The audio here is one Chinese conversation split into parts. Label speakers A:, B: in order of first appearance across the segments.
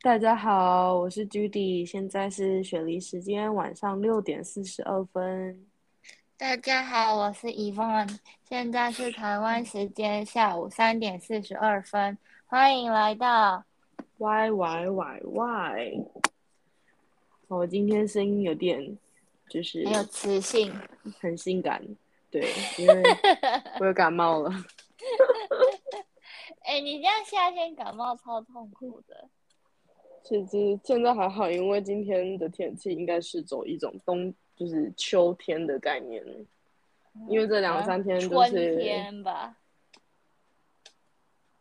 A: 大家好，我是 Judy，现在是雪梨时间晚上六点四十二分。
B: 大家好，我是 Yvonne，现在是台湾时间下午三点四十二分，欢迎来到。
A: 喂喂喂喂！我今天声音有点就是
B: 很有磁性，
A: 很性感，对，因 为我又感冒了。
B: 哎、你这样夏天感冒超痛苦的。
A: 其实现在还好，因为今天的天气应该是走一种冬，就是秋天的概念，因为这两三天就
B: 嗯春
A: 是
B: 天吧，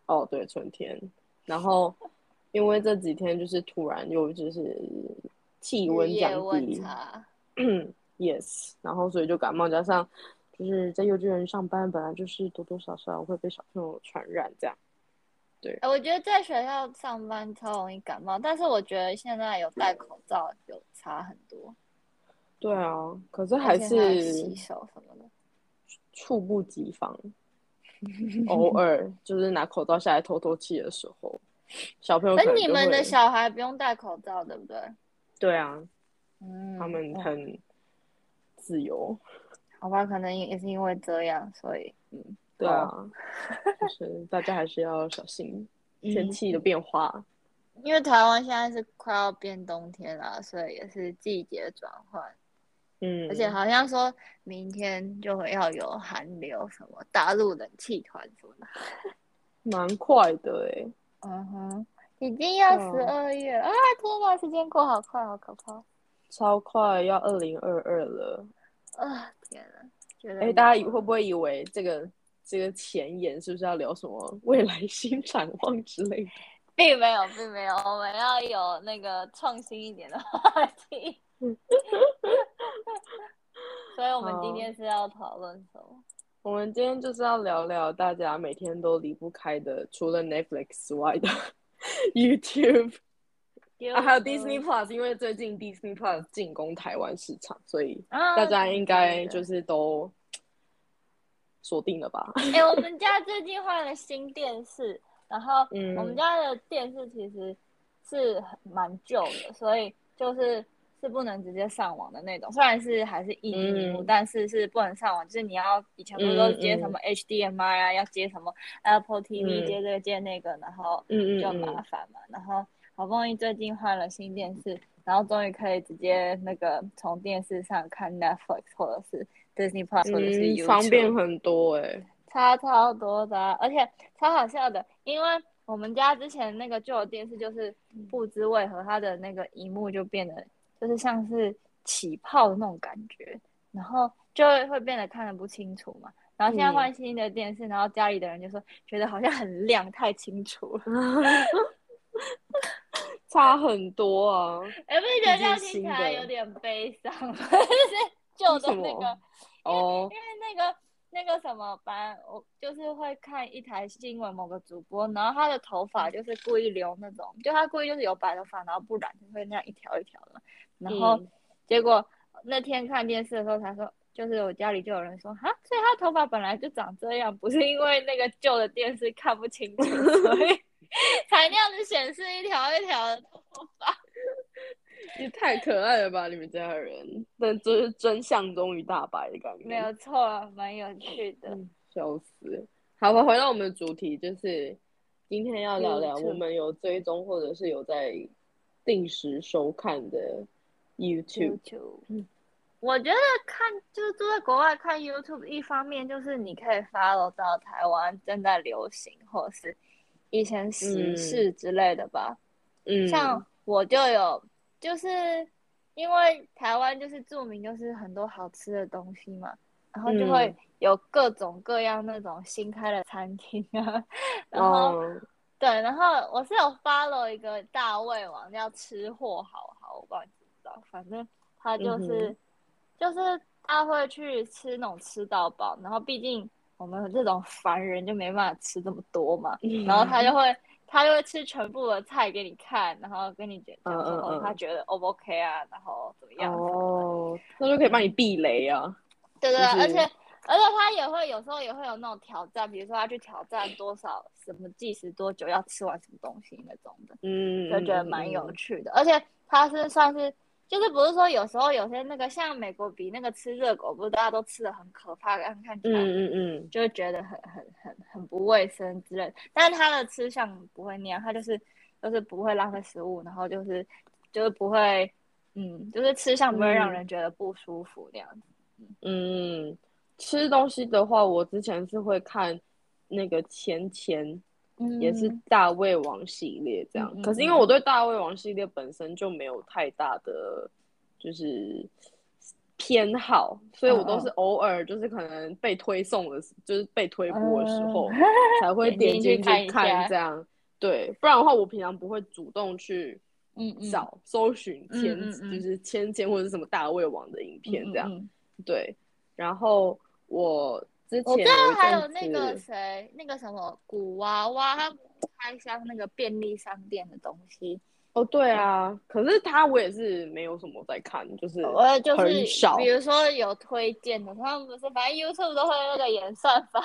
A: 哦，对，春天。然后，因为这几天就是突然又就是气
B: 日
A: 温
B: 夜
A: 降
B: 温
A: 低
B: 差。
A: ，yes，然后所以就感冒，加上就是在幼稚园上班，本来就是多多少少会被小朋友传染这样。
B: 哎、我觉得在学校上班超容易感冒，但是我觉得现在有戴口罩有差很多，
A: 对啊，可是
B: 而
A: 还
B: 且还有
A: 是
B: 洗手什么的。
A: 猝不及 防，偶尔就是拿口罩下来透透气的时候，小朋友可
B: 而
A: 能
B: 哎你
A: 就
B: 们的
A: 会
B: 小孩不用戴口罩，对不对？
A: 对啊，
B: 嗯，
A: 他们
B: 嗯
A: 很自由。
B: 好吧，可能也是因为这样，所以嗯，
A: 对啊，就是大家还是要小心
B: 嗯
A: 天气的变化。
B: 因为台湾现在是快要变冬天啦，所以也是季节转换，
A: 嗯，
B: 而且好像说明天就会要有寒流，什么大陆冷气团什么的。
A: 蛮快的哎、
B: 嗯哼，已经要
A: 对啊
B: 十二月啊！天哪，时间过好快，好可怕
A: 超快要二零二二了。
B: 啊！天哪，觉得
A: 哎、大家以会不会以为这个这个前言是不是要聊什么未来新展望之类的？
B: 并没有，并没有，我们要有那个创新一点的话题。所以我们今天是要讨论什么？
A: 我们今天就是要聊聊大家每天都离不开的，除了 Netflix 之外的 YouTube，、啊、还有 Disney Plus，因为最近 Disney Plus 进攻台湾市场，所以
B: 啊。
A: 大家应该就是是都锁定了 吧？
B: 哎、我们家最近换了新电视，然后
A: 嗯
B: 我们家的电视其实是很蛮旧的，所以就是是不能直接上网的那种。虽然是还是液晶屏幕，
A: 嗯
B: 但是是不能上网，就是你要以前不是都接什么 HDMI 啊，要接什么 Apple TV，、
A: 嗯
B: 接这个接那个，然后
A: 嗯
B: 就
A: 嗯
B: 麻
A: 嗯，
B: 烦嘛。然后好不容易最近换了新电视，然后终于可以直接那个从电视上看 Netflix 或者是 Disney Plus 或者是 YouTube，、
A: 嗯，方便很多哎、
B: 差超多的啊、而且超好笑的，因为我们家之前那个旧的电视，就是不知为何它的那个荧幕就变得就是像是起泡的那种感觉，然后就会变得看得不清楚嘛。然后现在
A: 嗯
B: 换新的电视，然后家里的人就说觉得好像很亮，太清楚了。
A: 差很多啊。
B: 哎，不是觉得这样
A: 毕竟
B: 听起来
A: 新的
B: 有点悲伤 吗？就是旧的那
A: 为
B: 个
A: 什。哦
B: 因，为那个那个什么班，我就是会看一台新闻某个主播，然后他的头发就是故意留那种，就他故意就是有白头发，然后不染就会那样一条一条的。然后
A: 嗯
B: 结果那天看电视的时候，他说，就是我家里就有人说，哈，所以他头发本来就长这样，不是因为那个旧的电视看不清楚，所以 才那样子显示一条一条的头发。
A: 也太可爱了吧，你们家的人，但就是真相终于大白的感觉。
B: 没有错啊，蛮有趣的。
A: 嗯笑死！好吧，回到我们的主题，就是今天要聊聊
B: YouTube
A: 我们有追踪或者是有在定时收看的 YouTube。
B: YouTube，
A: 嗯
B: 我觉得看就是住在国外看 YouTube，一方面就是你可以 follow 到台湾正在流行或是一些时事之类的吧。
A: 嗯，
B: 像我就有，就是因为台湾就是著名就是很多好吃的东西嘛，然后就会
A: 嗯
B: 有各种各样那种新开的餐厅啊，然后
A: 哦，
B: 对，然后我是有 follow 一个大胃王叫吃货好好，我不知道你知不知道，反正他
A: 嗯
B: 就是、就是他会去吃那种吃到饱，然后毕竟我们这种凡人就没办法吃这么多嘛，
A: 嗯
B: 然后 他就会他就会吃全部的菜给你看，然后跟你觉得
A: 嗯嗯
B: 说、哦
A: 嗯
B: 他觉得 O 不 OK 啊，然后怎么样？
A: 哦，那就可以帮你避雷啊。
B: 对对，
A: 就是
B: 而且而且他也会有时候也会有那种挑战，比如说他去挑战多少什么计时多久要吃完什么东西那种的，
A: 嗯，
B: 就觉得蛮有趣的。而且他是算是就是不是说有时候有些那个像美国比那个吃热狗，不是大家都吃的很可怕，看看起
A: 嗯，
B: 来
A: 嗯嗯
B: 就会觉得很很很很不卫生之类的。但是它的吃相不会那样，它就是就是不会浪费食物，然后就是就是不会，嗯，就是吃相不会让人觉得不舒服那样子。
A: 嗯嗯，吃东西的话，我之前是会看那个钱钱，
B: 嗯
A: 也是大胃王系列这样
B: 嗯嗯。
A: 可是因为我对大胃王系列本身就没有太大的就是偏好，所以我都是
B: 嗯
A: 偶尔就是可能被推送的，就是被推播的时候
B: 嗯
A: 才会点
B: 点进去
A: 进
B: 看
A: 去
B: 一下
A: 看这样。对，不然的话我平常不会主动去
B: 嗯嗯，
A: 找搜寻
B: 嗯
A: 千
B: 嗯嗯
A: 就是千千或者是什么大胃王的影片这样。
B: 嗯嗯嗯
A: 对，然后我之前
B: 我知
A: 有
B: 道
A: 一
B: 还有
A: 阵
B: 那个
A: 子
B: 谁，那个什么古娃娃，他开箱那个便利商店的东西，
A: 哦，对啊，可是他我也是没有什么在看，就是
B: 我就是
A: 很少
B: 比如说有推荐的，他们不是反正 YouTube 都会那个演算 法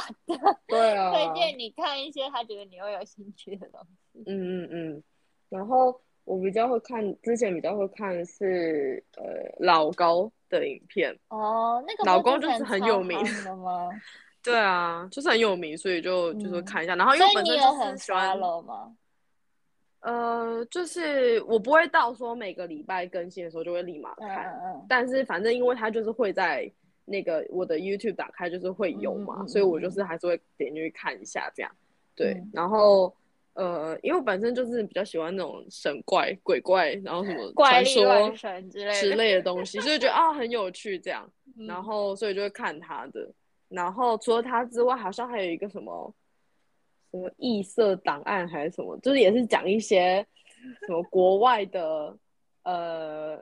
A: 对啊
B: 推荐你看一些他觉得你会有兴趣的东西。
A: 嗯嗯嗯，然后我比较会看，之前比较会看是呃老高的影片，
B: 哦，那个
A: 老
B: 不
A: 公
B: 之
A: 就是
B: 前
A: 很
B: 超
A: 有名
B: 夯的吗？
A: 对啊，就是很有名，所以就就是会
B: 嗯
A: 看一下， 然后因
B: 所
A: 为
B: 以
A: 本
B: 你
A: 身
B: 有很
A: 就是喜欢
B: follow 吗？
A: 呃，就是我不会到说每个礼拜更新的时候就会立马
B: 嗯
A: 看，
B: 嗯
A: 但是反正因为它就是会在那个我的 YouTube 打开就是会有嘛，
B: 嗯嗯嗯
A: 所以我就
B: 嗯
A: 是还是会点进去看一下这样。对，
B: 嗯
A: 然后呃，因为我本身就是比较喜欢那种神怪、鬼怪，然后什么
B: 嗯， 怪
A: 传
B: 力
A: 说
B: 乱神之
A: 之
B: 类的。
A: 类的东西，所以觉得啊很有趣这样。
B: 嗯
A: 然后所以就会看他的。然后除了他之外，好像还有一个什么什么异色档案还是什么，就是也是讲一些什么国外的呃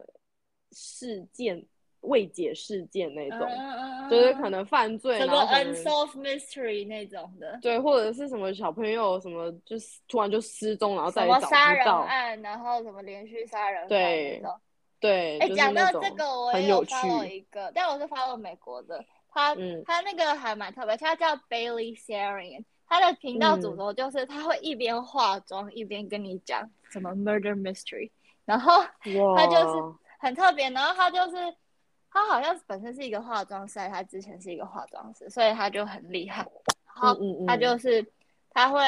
A: 事件未解事件那
B: 嗯
A: 种，
B: 嗯嗯，
A: 就是可能犯罪，
B: 什
A: 然
B: 么
A: 后可能
B: unsolved mystery 那种的，
A: 对，或者是什么小朋友什么就是突然就失踪，然后
B: 什
A: 再
B: 么
A: 也找
B: 杀人
A: 不到。
B: 案，然后什么连续杀人犯
A: 对
B: 那种。
A: 对，
B: 哎，
A: 就是
B: 讲
A: 那
B: 到
A: 种
B: 这个，我
A: 很
B: 也
A: 有趣。
B: follow 一个，但我是 follow 美国的，他
A: 嗯
B: 他那个还蛮特别，他叫 Bailey Sarian，他的频道主
A: 嗯
B: 轴就是他会一边化妆一边跟你讲什么 murder mystery，然后
A: 哇，
B: 就是很特别，然后他就是他好像本身是一个化妆师，还是他之前是一个化妆师，所以他就很厉害，然后
A: 嗯嗯
B: 他
A: 嗯
B: 就是他会，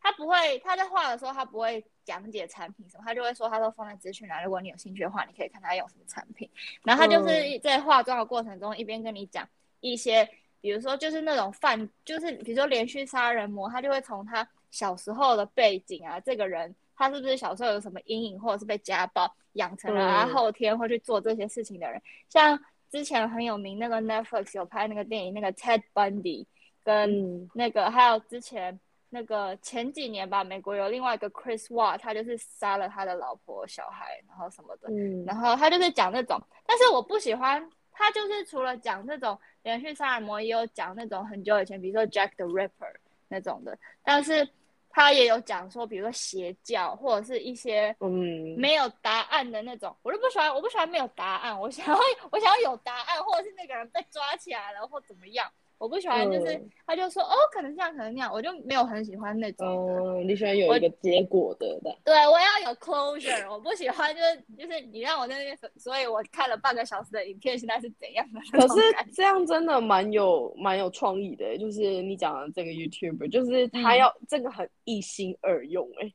B: 他不会，他在画的时候他不会讲解产品什么，他就会说他都放在资讯栏，如果你有兴趣的话，你可以看他用什么产品。然后他
A: 嗯
B: 就是在化妆的过程中一边跟你讲一些，比如说就是那种犯，就是比如说连续杀人魔，他就会从他小时候的背景啊，这个人他是不是小时候有什么阴影，或者是被家暴养成了他
A: 嗯
B: 后天会去做这些事情的人，像。之前很有名那个 Netflix 有拍那个电影，那个 Ted Bundy 跟
A: 嗯
B: 那个还有之前那个前几年吧，美国有另外一个 Chris Watt，他就是杀了他的老婆、小孩，然后什么的，
A: 嗯
B: 然后他就是讲那种，但是我不喜欢他就是除了讲那种连续杀人魔，也有讲那种很久以前，比如说 Jack the Ripper 那种的，但是他也有讲说，比如说邪教或者是一些
A: 嗯，
B: 没有答案的那种，我就不喜欢，我不喜欢没有答案，我想要 我想要有答案，或者是那个人被抓起来了或怎么样，我不喜欢就是、
A: 嗯
B: 他就说哦可能这样可能那样，我就没有很喜欢那种的。
A: 嗯，你喜欢有一个结果的，对
B: 对，我要有 closure，我不喜欢就是就是你让我在那边，所以我看了半个小时的影片，现在是怎样的那
A: 可
B: 种
A: 是
B: 感觉？
A: 这样真的蛮有蛮有创意的，欸就是你讲的这个 YouTuber，就是他
B: 嗯
A: 要、这个很一心二用哎、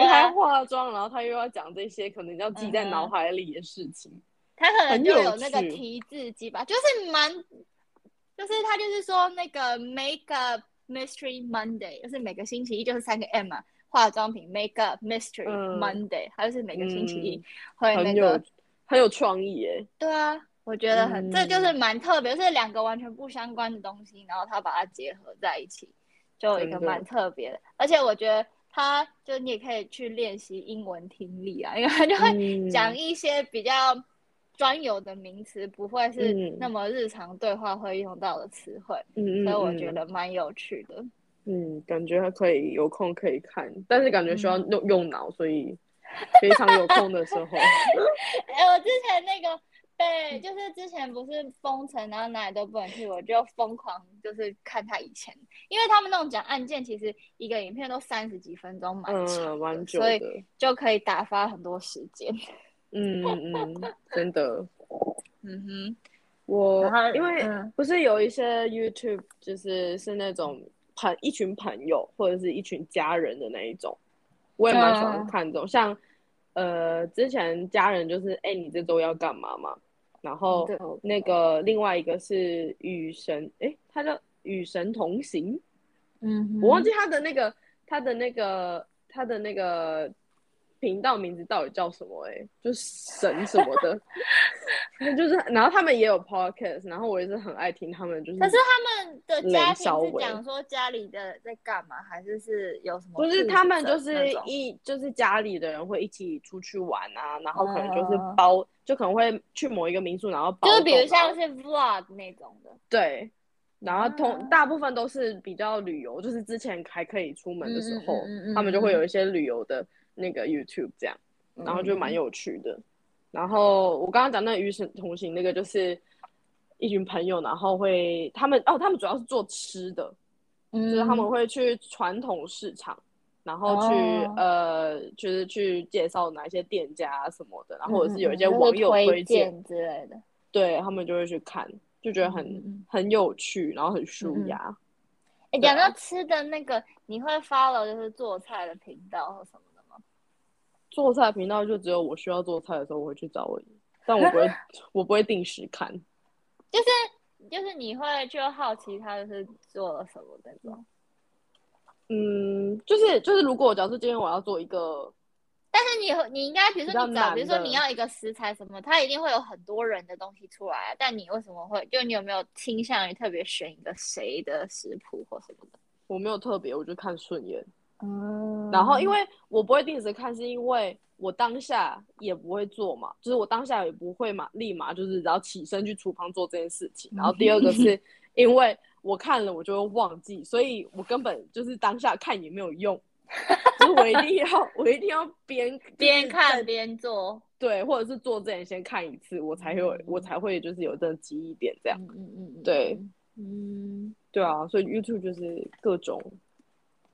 A: 因为他
B: 啊
A: 要化妆，然后他又要讲这些可能要记在
B: 嗯哼
A: 脑海里的事情。
B: 他可能
A: 很
B: 就
A: 有
B: 有那个
A: 趣
B: 提字机吧，就是蛮，就是他就是说那个 makeup mystery Monday，就是每个星期一就是三个 M 嘛，化妆品 makeup mystery
A: 嗯
B: Monday，他就是每个星期一
A: 嗯
B: 会那
A: 很
B: 个，
A: 有很有创意哎、
B: 对啊，我觉得很，这就是
A: 嗯
B: 蛮特别，是两个完全不相关的东西，然后他把它结合在一起，就有一个
A: 真的
B: 蛮特别的，而且我觉得他就你也可以去练习英文听力啊，因为他就 会
A: 嗯
B: 讲一些比较专有的名词，不会是
A: 嗯
B: 那么日常对话会用到的词汇，
A: 嗯嗯，
B: 所以我
A: 嗯
B: 觉得蛮有趣的。
A: 嗯，感觉还可以有空可以看，但是感觉需
B: 嗯
A: 要用 用脑，所以非常有空的时候，
B: 哎、我之前那个对，
A: 嗯
B: 就是之前不是封城，然后哪里都不能去，我就疯狂就是看他以前，因为他们那种讲案件，其实一个影片都三十几分钟，蛮长的，
A: 嗯，蛮久
B: 所以
A: 的，
B: 就可以打发很多时间。
A: 嗯嗯，嗯，真的。
B: 嗯哼，
A: 我
B: 然后
A: 哦因为
B: 嗯
A: 不是有一些 YouTube 就是是那种朋一群朋友或者是一群家人的那一种，我也蛮喜欢
B: 嗯
A: 看这种。像呃之前家人就是哎、你这周要干嘛嘛，然后
B: 嗯对
A: 那个另外一个是与神哎、他叫与神同行，
B: 嗯哼，
A: 我忘记他的那个他的那个他的那个频道名字到底叫什么、欸？哎，就是神什么 的，那就是。然后他们也有 podcast，然后我也是很爱听他们，就是
B: 可是他们的家
A: 冷
B: 庭
A: 稍
B: 是
A: 微
B: 讲说家里的在干嘛，还是是有什么
A: 不
B: 负责
A: 是
B: 那种？
A: 他们就是一就是家里的人会一起出去玩啊，然后可能就是
B: 嗯
A: 包，就可能会去某一个民宿，然后包
B: 就是比
A: 栋
B: 如像
A: 然后
B: 是 vlog 那种的，
A: 对。然后通、
B: 啊
A: 大部分都是比较旅游，就是之前还可以出门的时候，
B: 嗯嗯嗯嗯
A: 他们就会有一些旅游的那个 YouTube 这样。然后就蛮
B: 嗯
A: 有趣的。然后我刚刚讲那个与神同行那个，就是一群朋友，然后会他们哦，他们主要是做吃的，
B: 嗯
A: 就是他们会去传统市场，然后去、
B: 哦
A: 呃，就是去介绍哪一些店家啊什么的，然后或者
B: 嗯
A: 是有一
B: 嗯
A: 些
B: 就是
A: 网友
B: 推
A: 荐，
B: 荐之类的。
A: 对他们就会去看，就觉得很、
B: 嗯嗯
A: 很有趣，然后很舒
B: 嗯嗯
A: 压。
B: 哎，
A: 对
B: 讲
A: 啊
B: 到吃的那个，你会 follow 就是做菜的频道或什么的吗？
A: 做菜频道就只有我需要做菜的时候我会去找我，但我不会 我不会定时看。
B: 就是就是你会就好奇他就是做了什么那种，
A: 嗯，就是就是，如果我假设今天我要做一个，
B: 但是你会你应该比如
A: 比
B: 说
A: 较
B: 你找，比如说
A: 难的
B: 你要一个食材什么，它一定会有很多人的东西出来啊，但你为什么会就你有没有倾向于特别选一个谁的食谱或什么的？
A: 我没有特别，我就看顺眼。
B: 嗯
A: 然后因为我不会定时看，是因为我当下也不会做嘛，就是我当下也不会嘛，立马就是然后起身去厨房做这件事情。然后第二个 是因为我看了我就会忘记，所以我根本就是当下看也没有 用，就是我一定要我一定要边
B: 边
A: 就是
B: 看
A: 在
B: 边做，
A: 对，或者是做之前先看一次，我才会有我才会就是有这个记忆点这样。
B: 嗯嗯嗯嗯，
A: 对，
B: 嗯，
A: 对啊，所以 YouTube 就是各种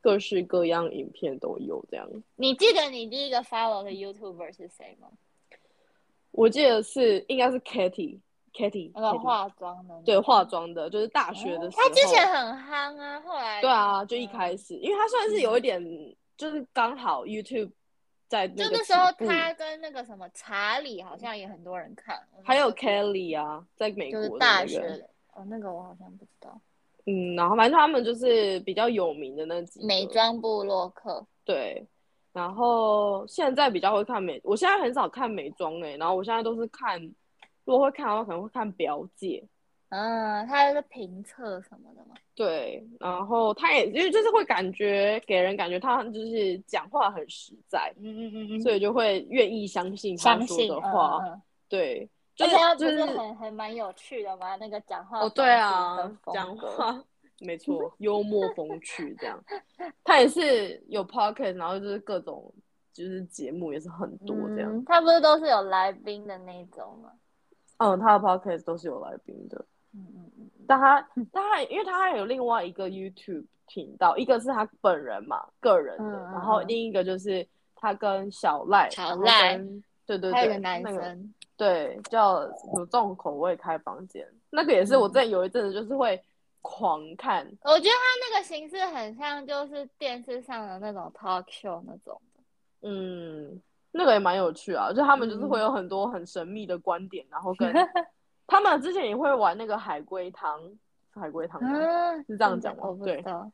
A: 各式各样影片都有这样。
B: 你记得你第一个 follow 的 YouTuber 是谁吗？
A: 我记得是应该是 Kitty，Kitty，
B: 那个化妆的那个，哦
A: 对化妆的，就是大学的时候。
B: 他之前很夯啊，后来嗯
A: 对啊，就一开
B: 始，
A: 始，因为他算是有一点，就是刚好 YouTube 在
B: 就
A: 那个
B: 那时候
A: 起步
B: 他跟那个什么查理好像也很多人看，我那
A: 还
B: 时候
A: 有
B: 记得
A: Kelly 啊，在美
B: 就是
A: 国的
B: 大
A: 那
B: 学
A: 个，
B: 的哦，那个我好像不知道，
A: 嗯，然后反正他们就是比较有名的那几个
B: 美妆部落客，
A: 对，然后现在比较会看美，我现在很少看美妆哎、然后我现在都是看，如果会看的话，可能会看表姐，
B: 嗯，他是评测什么的嘛，
A: 对，然后她也因为就是会感觉给人感觉她就是讲话很实在，
B: 嗯嗯嗯嗯
A: 所以就会愿意相信她
B: 相
A: 说
B: 信
A: 的
B: 嗯
A: 话，
B: 嗯嗯
A: 对，就
B: 而
A: 是
B: 且他不
A: 就是是
B: 很很蛮有趣的吗？那个讲话
A: 哦，
B: 方
A: 对
B: 式
A: 啊
B: 跟，风
A: 讲
B: 格
A: 话没 错，幽默风趣这样，她也是有 p o c k e t 然后就是各种就是节目也是很多这样。
B: 嗯，他不是都是有来宾的那种吗？
A: 嗯，他的 podcast 都是有来宾的，
B: 嗯嗯嗯嗯，
A: 但他但他因为他还有另外一个 YouTube 频道，一个是他本人嘛，个人的，
B: 嗯嗯
A: 然后
B: 嗯
A: 另一个就是他跟小赖，
B: 小
A: 然后
B: 赖
A: 跟，对对
B: 还有
A: 对，
B: 个男
A: 那个
B: 生，
A: 对叫有重口味开房间，那个也是我
B: 嗯
A: 之前有一阵子就是会狂看，
B: 我觉得他那个形式很像就是电视上的那种 talk show 那种的。
A: 嗯，那个也蛮有趣啊，就他们就是会
B: 嗯
A: 有很多很神秘的观点，然后 跟他们之前也会玩那个海龟汤，是海龟汤吗？
B: 嗯，
A: 啊是这样讲吗
B: 我不
A: 对
B: 知道。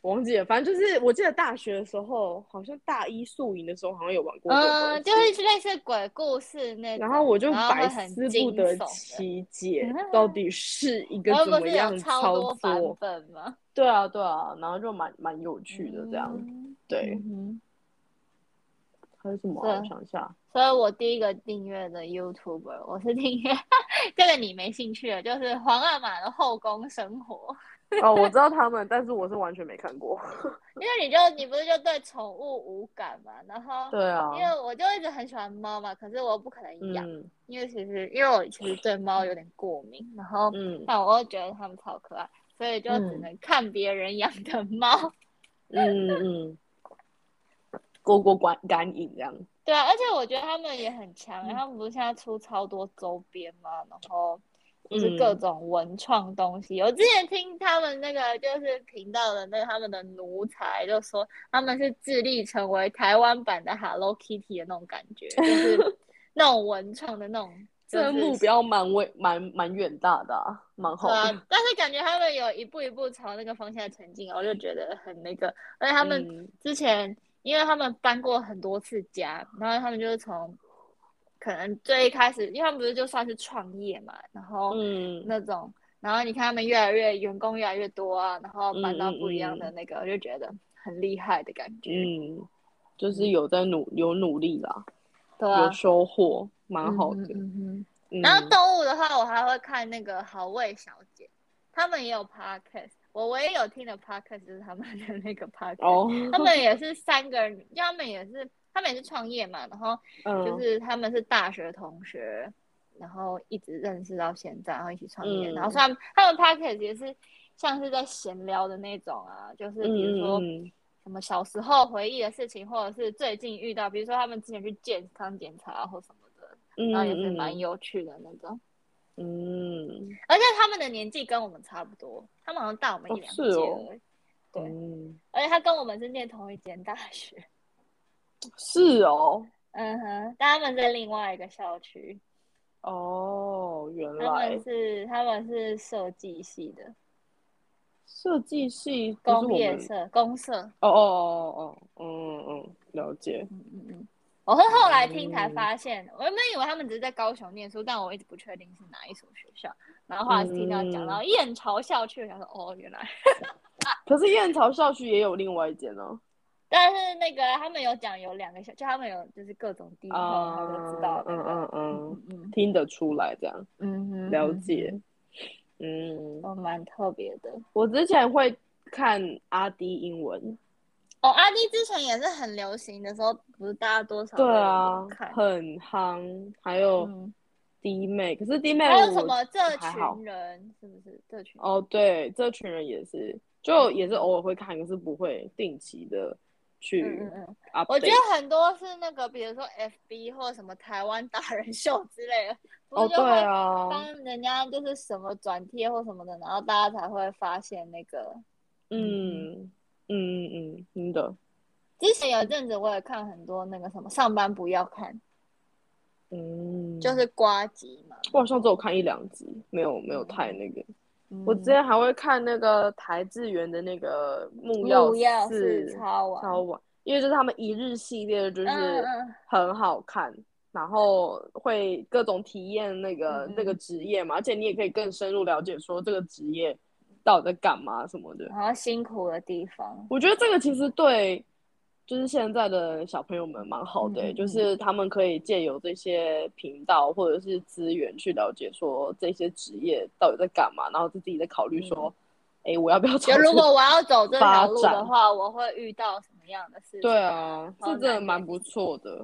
A: 我忘记了，反正就是我记得大学的时候，好像大一宿营的时候，好像有玩过这个东西
B: 嗯，就是类似鬼故事那种。
A: 然后我就
B: 然后会
A: 百
B: 很
A: 思不
B: 惊
A: 得
B: 悚的
A: 其解
B: 嗯，
A: 到底是一个
B: 然后
A: 怎
B: 不
A: 么
B: 是有
A: 样
B: 超
A: 操
B: 多版
A: 作？
B: 本吗？
A: 对啊，对啊，然后就蛮蛮有趣的这样。
B: 嗯
A: 对，
B: 嗯
A: 还有什么啊？我
B: 对
A: 想一 下，
B: 所以我第一个订阅的 YouTuber，我是订阅这个你没兴趣的，就是皇阿玛的后宫生活。
A: 哦，我知道他们，但是我是完全没看 过。
B: 因为你就你不是就对宠物无感嘛，然后
A: 对啊，
B: 因为我就一直很喜欢猫嘛，可是我不可能养，
A: 嗯
B: 因为其实因为我其实对猫有点过敏，然后
A: 嗯
B: 但我又觉得它们超可爱，所以就只
A: 嗯
B: 能看别人养的猫。
A: 嗯嗯，过过关干瘾这样。
B: 对啊，而且我觉得他们也很强、欸，
A: 嗯
B: 他们不是现在出超多周边吗？然后就是各
A: 嗯
B: 种文创东西。我之前听他们那个就是频道的那个他们的奴才就说，他们是致力成为台湾版的 Hello Kitty 的那种感觉， 就是那种文创的那种。
A: 这个目标
B: 标。
A: 蛮伟蛮蛮远大的、啊，蛮好
B: 对
A: 的。
B: 啊，但是感觉他们有一步一步朝那个方向前进，我就觉得很那个。而且他们
A: 嗯
B: 之前，因为他们搬过很多次家，然后他们就是从可能最一开始，因为他们不是就算是创业嘛，然后
A: 嗯
B: 那种，然后你看他们越来越员工越来越多啊，然后搬到不一样的那个，我就觉得很厉害的感觉。
A: 嗯，就是有在努有努力啦，
B: 对啊
A: 有，收获，蛮
B: 嗯
A: 好
B: 嗯
A: 的。
B: 嗯嗯
A: 嗯
B: 然后动物的话，我还会看那个好味小姐，他们也有 podcast。我唯一有听的 podcast 就是他们的那个 podcast，、
A: 哦，
B: 他们也是三个人，就他们也是他们也是创业嘛，然后
A: 嗯
B: 就是他们是大学同学，然后一直认识到现在，然后一起创业，
A: 嗯
B: 然后所以他们他们 podcast 也是像是在闲聊的那种啊，就是比如说。
A: 嗯嗯
B: 什么小时候回忆的事情，或者是最近遇到，比如说他们之前去健康检查或什么的，
A: 嗯，
B: 然后也是蛮
A: 嗯
B: 有趣的那种。
A: 嗯，
B: 而且他们的年纪跟我们差不多，他们好像大我们一
A: 哦
B: 两
A: 是
B: 届
A: 哦
B: 而已。对
A: 嗯
B: 而且他跟我们是念同一间大学，
A: 是哦，
B: 嗯哼，但他们在另外一个校区，
A: 哦，原
B: 他
A: 来
B: 们是他们是设计系的，
A: 设计系不是
B: 工
A: 我
B: 业
A: 们
B: 社公社，
A: 哦哦哦哦，哦嗯嗯，哦了解。
B: 嗯嗯嗯。我是后来听才发现，我原本以为他们只是在高雄念书，但我一直不确定是哪一所学校。然后后来听到
A: 嗯
B: 讲到燕巢校区，我想说哦，原来。
A: 可是燕巢校区也有另外一间哦。
B: 但是那个他们有讲有两个校，就他们有就是各种地方，
A: 啊，
B: 他都嗯知道那
A: 嗯
B: 个。
A: 嗯嗯，
B: 嗯嗯
A: 听得出来这样，
B: 嗯哼，
A: 了
B: 嗯
A: 解
B: 哼，。
A: 嗯，
B: 都蛮特别的。
A: 我之前会看阿迪英文，
B: 哦，阿弟之前也是很流行的时候，不是大家多少
A: 对
B: 哦都有
A: 啊，
B: 看，
A: 很夯，还有
B: 嗯，
A: 弟妹，可是弟妹
B: 还有
A: 我
B: 什么这
A: 还好
B: 群人是不是这群？
A: 哦，对，这群人也是，就也是偶尔会看，可是不会定期的去
B: 嗯嗯嗯，
A: update。
B: 我觉得很多是那个，比如说 FB 或什么台湾达人秀之类 的，不
A: 哦，
B: 是
A: 对
B: 就会
A: 啊，
B: 帮人家就是什么转贴或什么的，然后大家才会发现那个。
A: 嗯嗯嗯嗯，真的，
B: 之前有一阵子我也看很多那个什么上班不要看，
A: 嗯，
B: 就是瓜集嘛。
A: 我好像只有看一两集，没有没有太那个。我之
B: 嗯
A: 前还会看那个台志源的那个木
B: 木
A: 曜
B: 曜
A: 四
B: 是超完，
A: 超晚，因为就是他们一日系列，就
B: 嗯
A: 是
B: 嗯
A: 很好看，然后会各种体验那个
B: 嗯嗯
A: 那个职业嘛，而且你也可以更深入了解说这个职业到底在干嘛什么的。
B: 然后辛苦的地方，
A: 我觉得这个其实对，就是现在的小朋友们蛮好的、欸
B: 嗯嗯嗯
A: 就是他们可以借由这些频道或者是资源去了解说这些职业到底在干嘛，然后自己在考虑说，哎、我要不要
B: 就
A: 尝试
B: 如果我嗯要走这条路
A: 发展
B: 的话，我会遇到什么样的事情？
A: 对啊，这
B: 好
A: 真的
B: 难
A: 蛮不错的。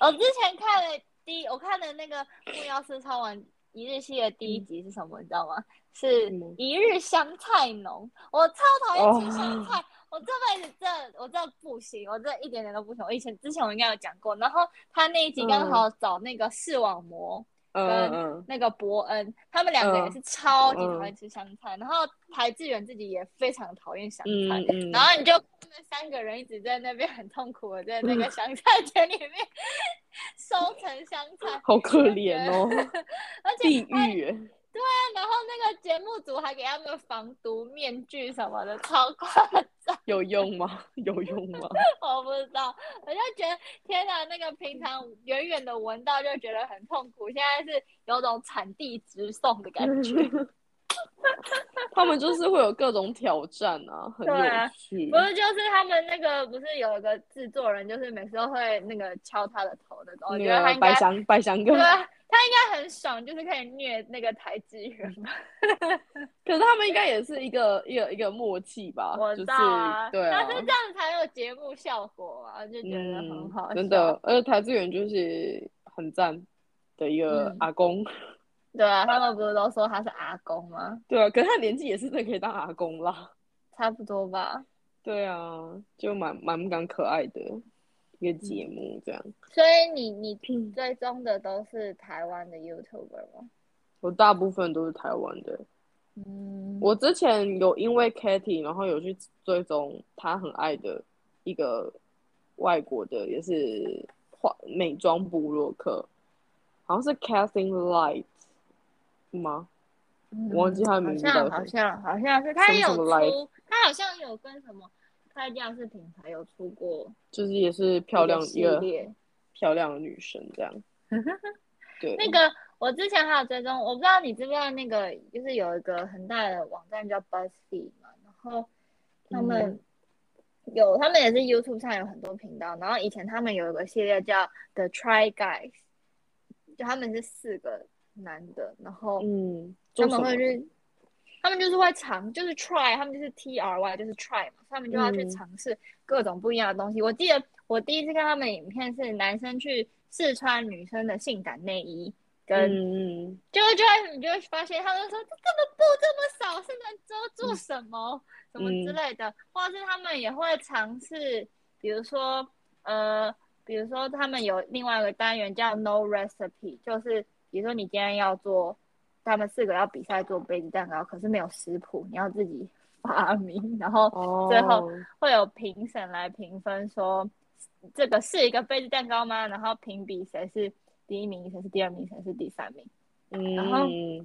B: 我之前看了第一，我看的那个《木曜四超玩一日系》的第一集是什么？你知道吗？是
A: 嗯
B: 一日香菜农。我超讨厌吃
A: 哦
B: 香菜，我这辈子这我这不行，我这一点点都不行。我以前之前我应该有讲过，然后他那一集刚好找那个视网膜。
A: 嗯嗯嗯，
B: 那个伯恩，他们两个也
A: 嗯
B: 是超级
A: 嗯
B: 讨厌吃香菜，然后台志远自己也非常讨厌香菜，
A: 嗯嗯，
B: 然后你就他们三个人一直在那边很痛苦的在那个香菜田里面收成香菜，
A: 好可怜哦，
B: 而
A: 地
B: 且他
A: 狱耶。
B: 然后那个节目组还给他们防毒面具什么的，超夸张，
A: 有用吗？ 有用吗？
B: 我不知道，我就觉得天哪，那个平常远远的闻到就觉得很痛苦，现在是有种产地直送的感 觉。
A: 他们就是会有各种挑战啊，很
B: 对啊
A: 有趣
B: 不。是，就是他们那个不是有一个制作人，就是每次都会那个敲他的头那种，我觉得他
A: 那
B: 应
A: 个
B: 该
A: 啊白翔白翔哥
B: 对，啊，他应该很爽，就是可以虐那个台剧人吧？
A: 可是他们应该也是一个一个一个默契吧？
B: 我
A: 就
B: 知
A: 是
B: 道啊，
A: 对
B: 但
A: 啊
B: 是，这样才有节目效果啊，就觉得很
A: 嗯
B: 好、，
A: 真的，，而且台资源就是很赞的一个
B: 嗯
A: 阿公，
B: 对啊，他们不是都说他是阿公吗？
A: 对啊，可是他年纪也是真的可以当阿公啦，
B: 差不多吧。
A: 对啊，就蛮蛮蛮可爱的一个
B: 嗯
A: 节目这样。
B: 所以你
A: 嗯
B: 你追踪的都是台湾的 YouTuber 吗？
A: 我大部分都是台湾的。
B: 嗯，
A: 我之前有因为 Kitty，然后有去追踪他很爱的一个外国的，也是化美妆部落客，好像是 Catherine Light 吗？
B: 嗯
A: 忘记他的名字
B: 好像
A: 叫
B: 好
A: 什么
B: 像好像是他
A: 什么
B: 也
A: 什
B: 有
A: 么来
B: 出，他好像有跟什么开家饰品牌有出过
A: 就是也是漂亮
B: 系
A: 一个
B: 列。
A: 漂亮的女生这样。 对，
B: 那个我之前还有追踪，我不知道你知不知道那个，就是有一个很大的网站叫 BuzzFeed 嘛，然后他们有、他们也是 YouTube 上有很多频道，然后以前他们有一个系列叫 The Try Guys，就他们是四个男的，然后
A: 嗯，
B: 他
A: 做什
B: 们
A: 么
B: 会？去，他们就是会尝，就是 try，他们就是 T R Y，就是 try 嘛，他们就要去
A: 嗯
B: 尝试各种不一样的东西。我记得我第一次看他们影片是男生去试穿女生的性感内衣，跟、
A: 嗯嗯，
B: 就会就会你就会发现他们说这根本布这么少是能遮住什么、什么之
A: 嗯
B: 类的，或者是他们也会尝试，比如说呃，比如说他们有另外一个单元叫 No Recipe，就是比如说你今天要做，他们四个要比赛做杯子蛋糕，可是没有食谱，你要自己发明，然后
A: 哦，
B: 最后会有评审来评分说这个是一个杯子蛋糕吗？然后评比谁是第一名，谁是第二名，谁是第三名。然后
A: 嗯，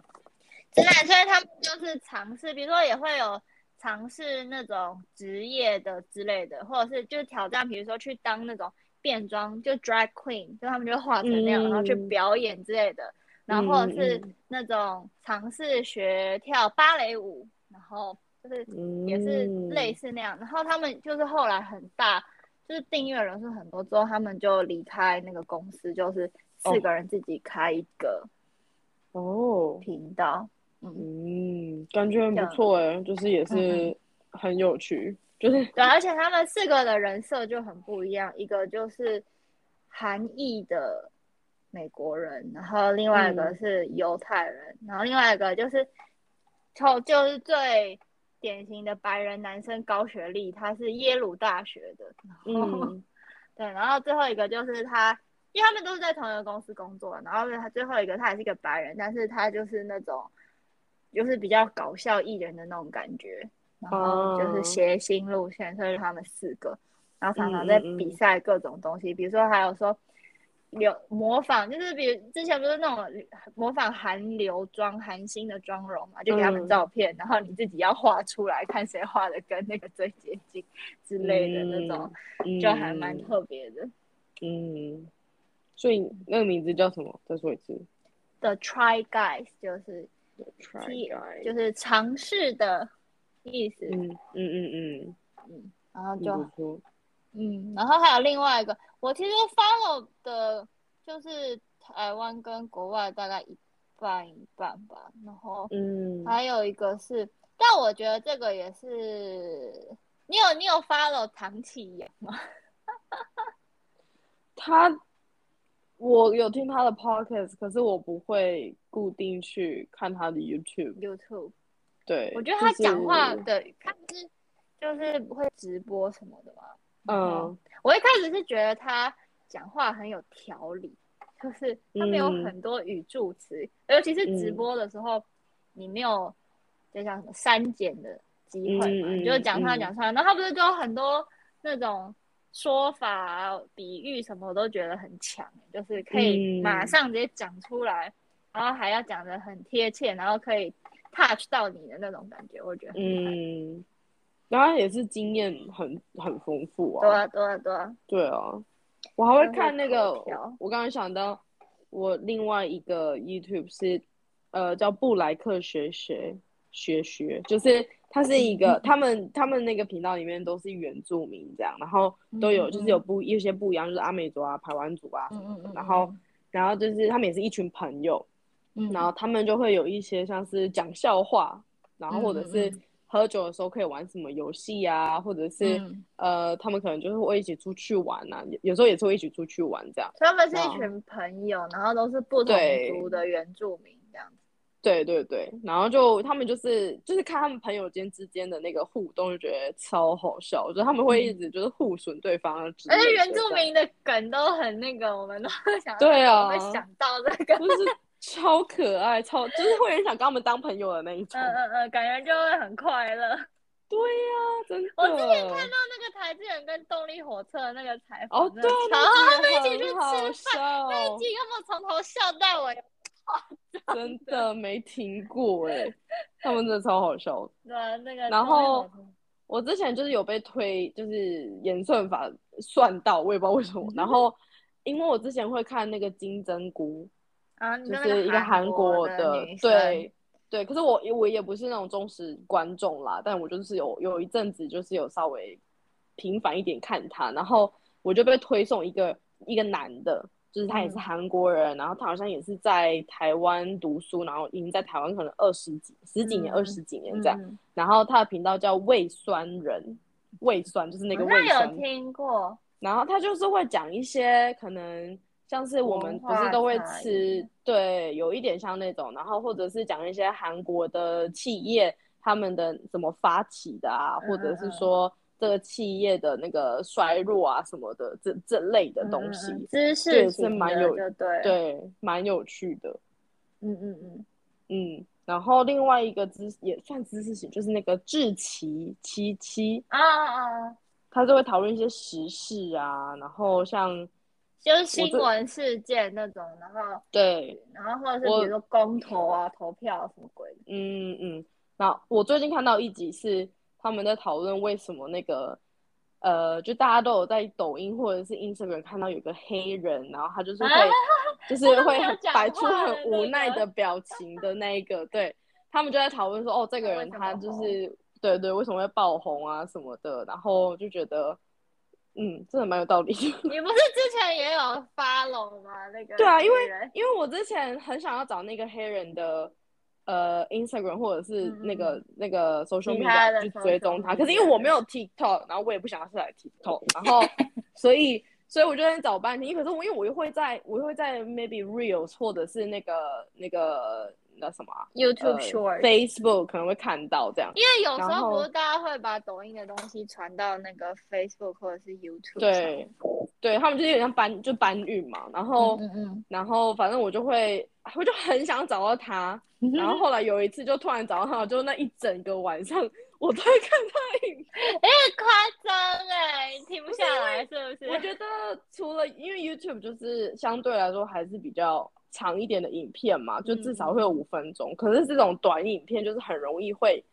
B: 真的，啊所以他们就是尝试，比如说也会有尝试那种职业的之类的，或者是就是挑战，比如说去当那种变装，就 drag queen，就他们就化成那样，
A: 嗯
B: 然后去表演之类的，然后或者是那种尝试学跳芭蕾舞，然后就是也是类
A: 似，
B: 似那样。然后他们就是后来很大，就是订阅人数很多之后，他们就离开那个公司，就是四
A: 哦
B: 个人自己开一个
A: 哦，
B: 频道。嗯，
A: 嗯，感觉很
B: 这
A: 不
B: 样
A: 错哎，就是也
B: 嗯
A: 是很有 趣，就是
B: 对，而且他们四个的人设就很不一样，一个就是韩裔的美国人，然后另外一个
A: 嗯
B: 是犹太人，然后另外一个就是就就是最典型的白人男生高学历，他是耶鲁大学的，然后、
A: 嗯
B: 对，然后最后一个就是他，因为他们都是在同一个公司工作，然后他最后一个他也是一个白人，但是他就是那种就是比较搞笑艺人的那种感觉，然后就是
A: 哦
B: 谐星路线，所以他们四个，然后常常
A: 嗯
B: 在
A: 嗯嗯
B: 比赛各种东西，比如说还有说。有模仿，就是比如之前不是那种模仿韩流妆、韩星的妆容嘛，就给他们
A: 嗯
B: 照片，然后你自己要画出来，看谁画的跟那个最接近之类的那种，
A: 嗯，
B: 就还蛮特别的。
A: 嗯，所以那个名字叫什么？再说一次
B: The Try Guys 就是
A: ，Try Guy，
B: 就是尝试的意思，
A: 嗯嗯嗯嗯，
B: 然后
A: 很
B: 就
A: 不错，
B: 嗯，然后还有另外一个，我其实 follow 的就是台湾跟国外大概一半一半吧，然后
A: 嗯，
B: 还有一个是，但我觉得这个也是。你有你有 follow 唐启阳吗？
A: 他我有听他的 podcast，可是我不会固定去看他的 YouTube，
B: YouTube，
A: 对，
B: 我觉得他
A: 就是嗯
B: 讲话的，他不是就是会直播什么的吗？
A: 嗯
B: 我一开始是觉得他讲话很有条理，就是他没有
A: 嗯
B: 很多语助词，尤其是直播的时候，你没有就像什么删减的机会嘛，
A: 嗯嗯
B: 你就讲他
A: 嗯
B: 讲出来。然后他不是就有很多那种说法啊、比喻什么，我都觉得很强，就是可以
A: 嗯
B: 马上直接讲出来，然后还要讲的很贴切，然后可以 touch 到你的那种感觉，我觉得很厉害。
A: 嗯，然后他也是经验很很丰富
B: 对啊，对啊，对啊，
A: 对啊，我还会
B: 真是
A: 看那个
B: 头条，
A: 我刚刚想到，我另外一个 YouTube 是，呃，叫布莱克学学学学，就是它是一
B: 嗯
A: 个，他们他们那个频道里面都是原住民这样，然后都有
B: 嗯
A: 就是有不一些不一样，就是阿美族啊、排湾族啊什
B: 嗯
A: 么
B: 嗯嗯
A: 的，
B: 嗯，
A: 然后然后就是他们也是一群朋友，
B: 嗯
A: 然后他们就会有一些像是讲笑话，然后或者是
B: 嗯嗯
A: 喝酒的时候可以玩什么游戏啊，或者是、
B: 嗯
A: 呃，他们可能就是会一起出去玩啊，有有时候也是会一起出去玩这样。
B: 所以他们是
A: 然
B: 一
A: 后
B: 群朋友，然后都是不同
A: 对
B: 族的原住民这样子。
A: 对对对，然后就他们就是就是看他们朋友间之间的那个互动，就觉得超好笑。我觉得他们会一直就是互损对方啊之类
B: 嗯而
A: 的，
B: 且原住民的梗都很那个，我们都会想，
A: 对啊
B: 我会想到这个，
A: 这样就是超可爱，超就是会很想跟他们当朋友的那一种。
B: 嗯嗯嗯，感觉就会很快乐。
A: 对呀、真的。
B: 我之前看到那个台志远跟动力火车的那个采访，
A: 哦，
B: 真的
A: 对哦啊，
B: 超好
A: 他们
B: 一起去吃
A: 饭，
B: 那一集，他们从头笑到尾，
A: 真的没停过哎、 他们真的超好笑的。
B: 对啊那个动力火车。
A: 然后我之前就是有被推，就是演算法算到，我也不知道为什么。然 后，因为我之前会看那个金针菇，
B: 啊，你
A: 就
B: 跟那
A: 是一个韩
B: 国
A: 国的
B: 女，生，
A: 对对。可是我我也不是那种忠实观众啦，但我就是有有一阵子就是有稍微频繁一点看他，然后我就被推送一个一个男的，就是他也是
B: 嗯
A: 韩国人，然后他好像也是在台湾读书，然后已经在台湾可能二十几十几年、
B: 嗯
A: 二十几年这样。
B: 嗯，
A: 然后他的频道叫胃酸人，胃酸就是那个
B: 好
A: 胃
B: 像
A: 酸
B: 哦有。听过，
A: 然后他就是会讲一些可能像是我们
B: 文
A: 不
B: 化
A: 是都会
B: 差
A: 吃
B: 异，
A: 对，有一点像那种，然后或者是讲一些韩国的企业他们的怎么发起的啊，
B: 嗯
A: 或者是
B: 嗯
A: 说这个企业的那个衰弱啊什么的这这类的东西，
B: 嗯嗯嗯知
A: 这也
B: 识
A: 是
B: 型
A: 蛮
B: 的
A: 有
B: 就对了，
A: 对，蛮有趣的。
B: 嗯嗯嗯，
A: 嗯，然后另外一个知也算知识型，就是那个志奇七七，
B: 啊啊啊，
A: 他就会讨论一些时事啊，然后像
B: 就是新闻事件那种，然后
A: 对，
B: 然后或者是
A: 我
B: 比如说公投啊、投票什么鬼的，
A: 嗯嗯，然后我最近看到一集是他们在讨论为什么那个呃，就大家都有在抖音或者是 Instagram 看到有个黑人，然后他就是会
B: 啊
A: 就是
B: 他都
A: 会
B: 没有
A: 很
B: 讲
A: 摆出
B: 话
A: 很
B: 的
A: 无
B: 那
A: 奈
B: 个
A: 的表情的那一个，对，他们就在讨论说哦，这个
B: 他为
A: 人
B: 什
A: 他
B: 么
A: 就是对对，为什么会爆红啊什么的，然后就觉得嗯，真的蛮有道理的。
B: 你不是之前也有 follow 吗？那个
A: 对啊，因
B: 艺
A: 为
B: 人
A: 因为我之前很想要找那个黑人的呃 Instagram 或者是
B: 嗯嗯
A: 那个、那个 social
B: 其他
A: media
B: 的
A: 去
B: social
A: 追踪他，
B: media
A: 可是因为我没有 TikTok，然后我也不想要下载 TikTok，然 后所以所以我就在找半天，可是我因为我又会在我又会在 maybe Reels 或者是那个那个那什么啊、呃
B: YouTube Short，
A: Facebook 可能会看到这样，
B: 因为有时
A: 然
B: 候
A: 后
B: 不是大家会把抖音的东西传到那个 Facebook 或者是 YouTube 上，
A: 对对，他们就是有点像搬就搬运嘛，然后。
B: 嗯嗯
A: 然后反正我就会，我就很想找到他。
B: 嗯，
A: 然后后来有一次就突然找到他，就那一整个晚上我都在看他影片。
B: 太夸张哎，停不下来是不
A: 我
B: 是？
A: 觉得除了因为 YouTube 就是相对来说还是比较长一点的影片嘛，就至少会有五分钟。可是这种短影片就是很容易会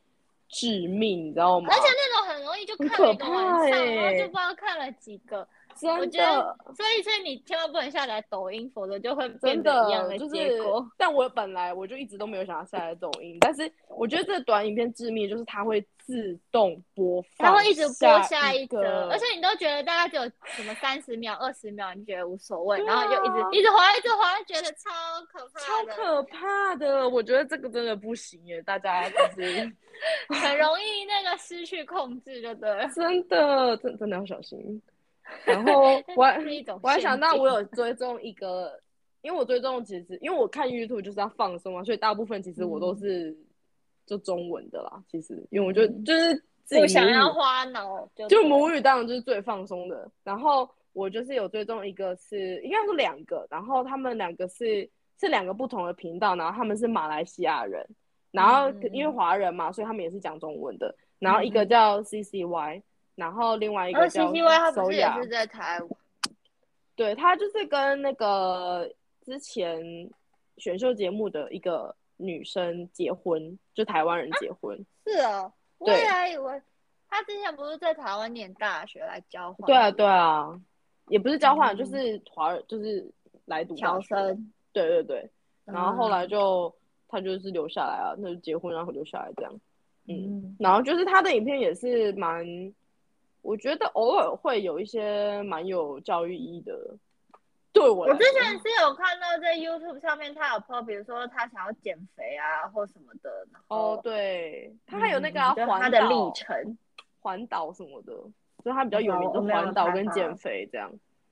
A: 致命，你知道吗？
B: 而且那种很容易就看了一个晚上，然后就不知道看了几个，我
A: 欸真
B: 觉得
A: 的
B: 所以所以你千万不能下载抖音，否则就会变
A: 真
B: 得一样
A: 就
B: 结
A: 是
B: 果。，
A: 但我本来我就一直都没有想要下载抖音，但是我觉得这个短影片致命就是它会自动播放，
B: 它会一直播
A: 下
B: 下
A: 一
B: 一
A: 个
B: 则，而且你都觉得大概只有什么三十秒、二十秒，你觉得无所谓，
A: 对
B: 然后就一
A: 啊
B: 直一直滑，一直滑，觉得超可怕
A: 超
B: 的，
A: 可怕的，我觉得这个真的不行耶，大家就是
B: 很容易那个失去控制，就对了。
A: 真的真真的要小心。然 后我还
B: 是一种
A: 我还
B: 陷
A: 想到
B: 阱
A: 我有追踪一个，因为我追踪其实因为我看 YouTube 就是要放松嘛，所以大部分其实我都
B: 嗯
A: 是就中文的啦。其实因为我就
B: 嗯
A: 就是自己
B: 不想
A: 母语
B: 要花脑，就
A: 就
B: 对
A: 母语当然就是最放松的。然后我就是有追踪一个是，应该说两个，然后他们两个是是两个不同的频道，然后他们是马来西亚人，然后
B: 嗯
A: 因为华人嘛，所以他们也是讲中文的。然后一个
B: 嗯
A: 叫 CCY，然后另外一
B: 然后
A: 个
B: C
A: 叫
B: C Y 他不
A: 搜
B: 是也
A: 雅
B: 是在台湾？
A: 对他就是跟那个之前选秀节目的一个女生结婚，就台湾人结婚。
B: 是哦，我
A: 对
B: 也还以为他之前不是在台湾念大学来交换？
A: 对啊，对啊，也不是交换，就
B: 嗯
A: 是华人，就是来读大
B: 乔
A: 学。
B: 生，
A: 对对对，然后后来
B: 嗯
A: 就他就是留下来啊，那就结婚然后留下来这样，嗯，
B: 嗯
A: 然后就是他的影片也是蛮，我觉得偶尔会有一些蛮有教育意义的对我
B: 我
A: 来
B: 之
A: 说，
B: 前是有看到在 YouTube 上面，他有 po，比如说他想要减肥啊或什么的，然后
A: 哦，对，他还有那个、啊
B: 嗯就是
A: 环
B: 他的历
A: 岛
B: 程，嗯
A: 环岛什么的，就他比较有名
B: 我
A: 的
B: 没有
A: 环岛
B: 看
A: 跟
B: 他
A: 减肥这样。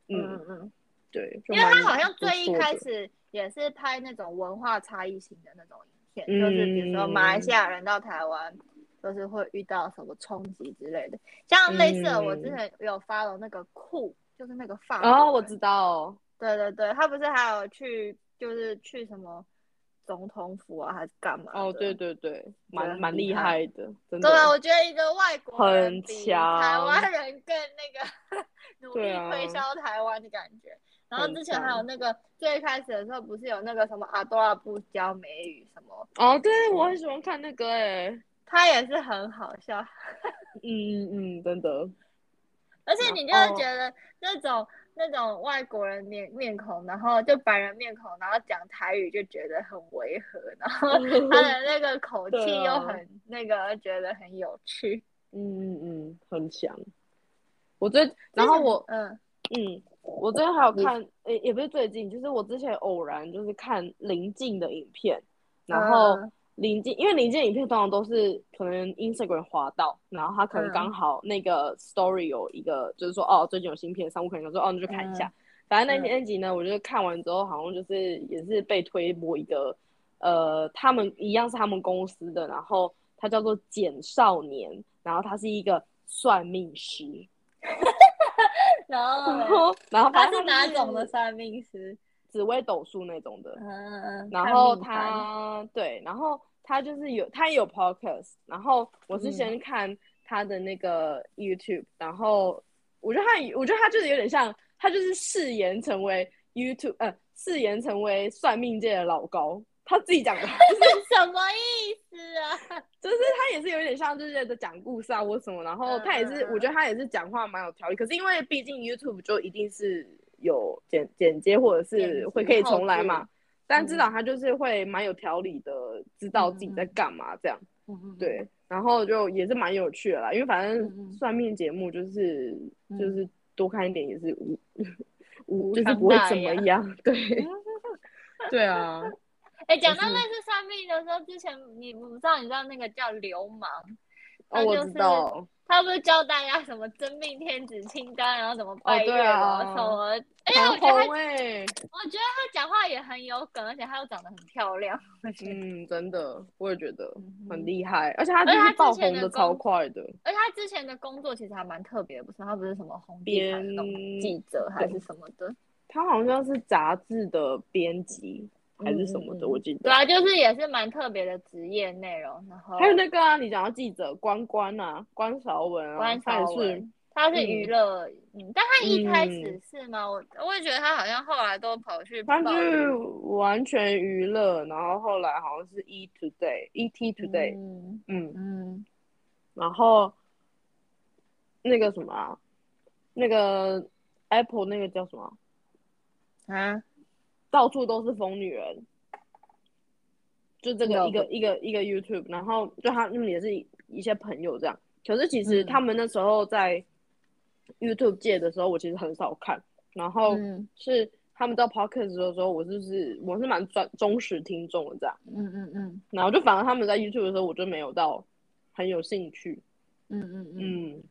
A: 嗯，
B: 嗯嗯，
A: 对，就
B: 因为他
A: 蛮
B: 好像
A: 不
B: 最一
A: 错
B: 开
A: 的
B: 始也是拍那种文化差异型的那种影片，就是比如说
A: 嗯
B: 马来西亚人到台湾。就是会遇到什么冲击之类的，像类似的，我之
A: 嗯
B: 前有 follow 那个酷，就是那个法国
A: 哦，我
B: 人
A: 知道，
B: 对对对，他不是还有去，就是去什么总统府啊，还是干嘛的？
A: 哦，对对对，蛮
B: 很
A: 蛮
B: 厉
A: 厉
B: 害
A: 害的，真
B: 对啊，
A: 的。
B: 我觉得一个外国人
A: 很
B: 比
A: 强
B: 台湾人更那个 努
A: 对
B: 力
A: 啊
B: 推销台湾的感觉。然后
A: 很
B: 之前还有
A: 强
B: 那个最开始的时候，不是有那个什么阿多拉布教美语什么，
A: 哦，对，
B: 嗯
A: 我很喜欢看那个哎诶，
B: 他也是很好笑，
A: 嗯嗯嗯，真的，
B: 而且你就
A: 然
B: 会
A: 后
B: 觉得那种那种外国人面面孔，然后就白人面孔，然后讲台语就觉得很违和，然后 他的那个口
A: 嗯对
B: 气又
A: 啊
B: 很、那个，觉得很有趣。
A: 嗯嗯嗯，很强。我最，然后我，
B: 嗯，
A: 嗯，我最近还有
B: 你
A: 看，诶、也不是最近，就是我之前偶然就是看林静的影片，然后
B: 嗯
A: 林静，因为林静的影片通常都是可能 Instagram 滑到，然后他可能
B: 嗯
A: 刚好那个 story 有一个，就是说哦，最近有新片上，我可能想说哦，那就看一
B: 嗯
A: 下。反正那天那集呢，我就是看完之后，好像就是也是被推播一个，呃，他们一样是他们公司的，然后他叫做简少年，然后他是一个算命师，
B: 然后
A: 然
B: 嘞
A: 后然后
B: 他
A: 反
B: 是
A: 正
B: 哪
A: 就
B: 种的算命师？
A: 紫微斗数那种的。
B: 嗯，
A: 然
B: 看
A: 后
B: 命 盘
A: 他对，然后他就是有他也有 podcast，然后我是
B: 嗯
A: 先看他的那个 YouTube，、然后我觉得他我觉得他就是有点像他就是誓言成为 YouTube 呃誓言成为算命界的老高，他自己讲的，
B: 什么意思啊？
A: 就是他也是有点像就是在讲故事啊或什么，然后他也是、
B: 嗯嗯嗯
A: 我觉得他也是讲话蛮有条理，可是因为毕竟 YouTube 就一定是有剪剪接或者
B: 剪
A: 是
B: 辑
A: 会可以重来
B: 后
A: 嘛
B: 置，嗯
A: 但至少他就是会蛮有条理的，知道自己在干嘛这样，对，然后就也是蛮有趣的啦，因为反
B: 嗯
A: 正
B: 嗯
A: 算命节目就是、
B: 嗯
A: 就是多看一点也是无无
B: 无
A: 就是
B: 伤
A: 不会
B: 大
A: 怎么
B: 雅
A: 样， 对对啊，
B: 哎、讲到
A: 是
B: 类似算命的时候，之前你我不知道，你知道那个叫流氓，
A: 哦
B: 那
A: 我
B: 就
A: 知
B: 是
A: 道，
B: 他不是教大家什么真命天子清单，然后怎么拜月
A: 对啊
B: 老、什么？哎、我
A: 很
B: 觉得
A: 红哎。
B: 他，我觉得他讲话也很有梗，而且他又长得很漂亮，我觉得。
A: 嗯，真的，我也觉得
B: 嗯
A: 很
B: 哼
A: 厉害，而且他就
B: 而且他
A: 是
B: 之
A: 爆
B: 前
A: 红
B: 的
A: 的超
B: 工
A: 快的，
B: 而且他之前的工作其实还蛮特别的，不是？他不是什么红地毯的那种
A: 编
B: 记者还是什么的？
A: 他好像是杂志的编辑还是什么的，
B: 嗯嗯嗯
A: 我记
B: 对
A: 得。
B: 啊，就是也是蛮特别的职业内容。然后
A: 还有那个啊，你讲到记者关关啊，关韶文啊，
B: 关
A: 他
B: 少
A: 也是
B: 文，他是娱乐，嗯，但他一开始
A: 嗯
B: 是吗？我我也觉得他好像后来都跑去
A: 他就
B: 报
A: 是完全娱乐，然后后来好像是 E Today E T Today，
B: 嗯
A: 嗯，
B: 嗯，
A: 然后那个什么啊，那个 Apple 那个叫什么啊，
B: 啊，
A: 到处都是疯女人，就这个
B: 有
A: 一个一个一个 YouTube，然后就他们也是一些朋友这样。可是其实
B: 嗯
A: 他们那时候在 YouTube 界的时候，我其实很少看，然后
B: 嗯
A: 是他们到 Podcast 的时候，我就是我是蛮专忠实听众的这样，
B: 嗯嗯嗯
A: 然后就反而他们在 YouTube 的时候，我就没有到很有兴趣，
B: 嗯嗯嗯。
A: 嗯，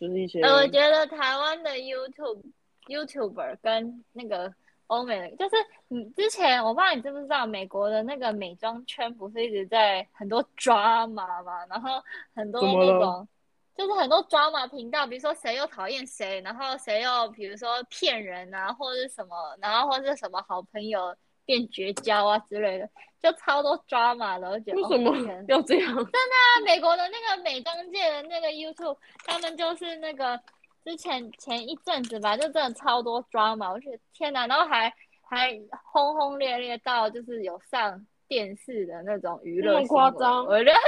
A: 就是一些
B: 哎，我觉得台湾的 YouTube YouTuber 跟那个欧美的，就是你之前我不知道你知不知道，美国的那个美妆圈不是一直在很多 drama 嘛，然后很多
A: 怎么
B: 那
A: 了
B: 种。就是很多 drama 频道，比如说谁又讨厌谁，然后谁又比如说骗人啊，或者是什么，然后或者是什么好朋友变绝交啊之类的，就超多 drama 的。我觉得
A: 为什
B: 哦
A: 么
B: 天
A: 要这样？
B: 那美国的那个美妆界的那个 YouTube，他们就是那个之前前一阵子吧，就真的超多 drama，我觉得天哪，然后还还轰轰烈烈到就是有上电视的那种娱乐
A: 那么夸
B: 新闻
A: 张
B: 我就觉得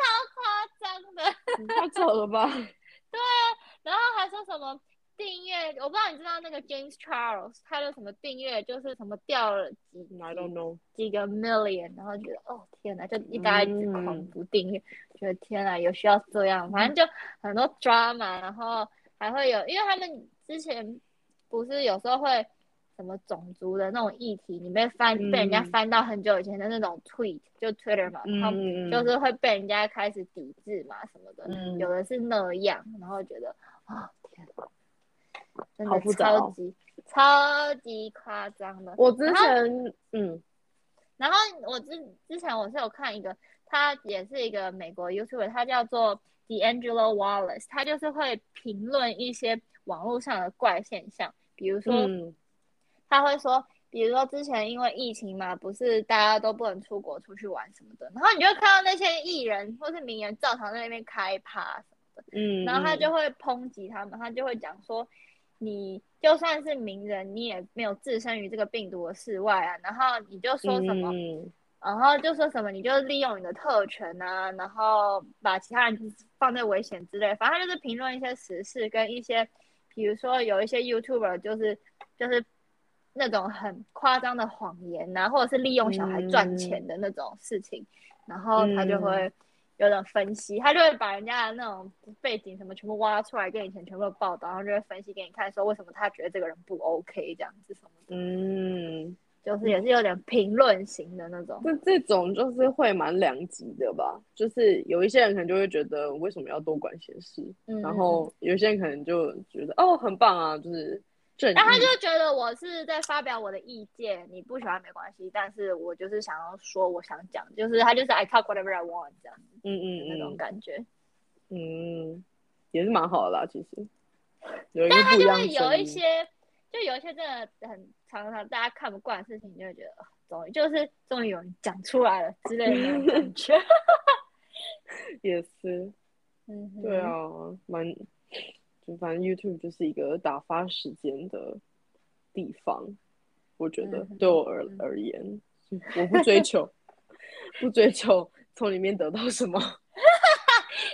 B: 超夸张的。
A: 太扯了 吧？
B: 然后还说什么订阅，我不知道你知道那个 James Charles，他的什么订阅就是什么掉了几
A: 嗯 I don't know。
B: 几个 million，然后觉得哦天哪，就一大家一直狂
A: 嗯
B: 不订阅，觉得天哪，有需要这样？反正就很多 drama，然后还会有，因为他们之前不是有时候会什么种族的那种议题，你被翻、
A: 嗯
B: 被人家翻到很久以前的那种 tweet，就 Twitter 嘛，
A: 嗯
B: 他们
A: 嗯，
B: 就是会被人家开始抵制嘛什么的，
A: 嗯
B: 有的是那样，然后觉得啊、天啊，真
A: 好
B: 的
A: 复杂
B: 超
A: 哦
B: 级、超级夸张的。
A: 我之前嗯
B: 然后我之之前我是有看一个，他也是一个美国 YouTuber，他叫做 D'Angelo Wallace，他就是会评论一些网络上的怪现象，比如说、
A: 嗯
B: 他会说，比如说之前因为疫情嘛，不是大家都不能出国出去玩什么的，然后你就会看到那些艺人或是名人照常在那边开趴，
A: 嗯，
B: 然后他
A: 嗯
B: 就会抨击他们，他就会讲说，你就算是名人，你也没有置身于这个病毒的世外啊，然后你就说什么。
A: 嗯
B: 然后就说什么你就利用你的特权啊，然后把其他人放在危险之类，反正他就是评论一些时事跟一些，比如说有一些 YouTuber 就是就是那种很夸张的谎言啊，或者是利用小孩
A: 嗯
B: 赚钱的那种事情，然后他就会有点分析，他就会把人家的那种背景什么全部挖出来，跟以前全部的报道，然后就会分析给你看，说为什么他觉得这个人不 OK 这样子什么的，
A: 嗯，
B: 就是也是有点评论型的那种。
A: 这这种就是会蛮两极的吧，就是有一些人可能就会觉得为什么要多管闲事，
B: 嗯
A: 然后有些人可能就觉得哦很棒啊，就是正义，
B: 但他就觉得我是在发表我的意见，你不喜欢没关系，但是我就是想要说我想讲，就是他就是 I talk whatever I want 这样子
A: 嗯嗯
B: 那种
A: 嗯
B: 感觉。
A: 嗯，也是蛮好的啦，其 实有一个
B: 但他
A: 不一
B: 就
A: 样
B: 会
A: 的
B: 有
A: 声
B: 一
A: 音
B: 些，就有一些真的很常常大家看不惯的事情，你就会觉得哦终于就是终于有人讲出来了之类的那种感 觉。
A: 也是，
B: 嗯哼，
A: 对啊，蛮就反正 YouTube 就是一个打发时间的地方，我觉得
B: 嗯哼
A: 对我而
B: 嗯
A: 而言，我不追求， 不追求从里面得到什么。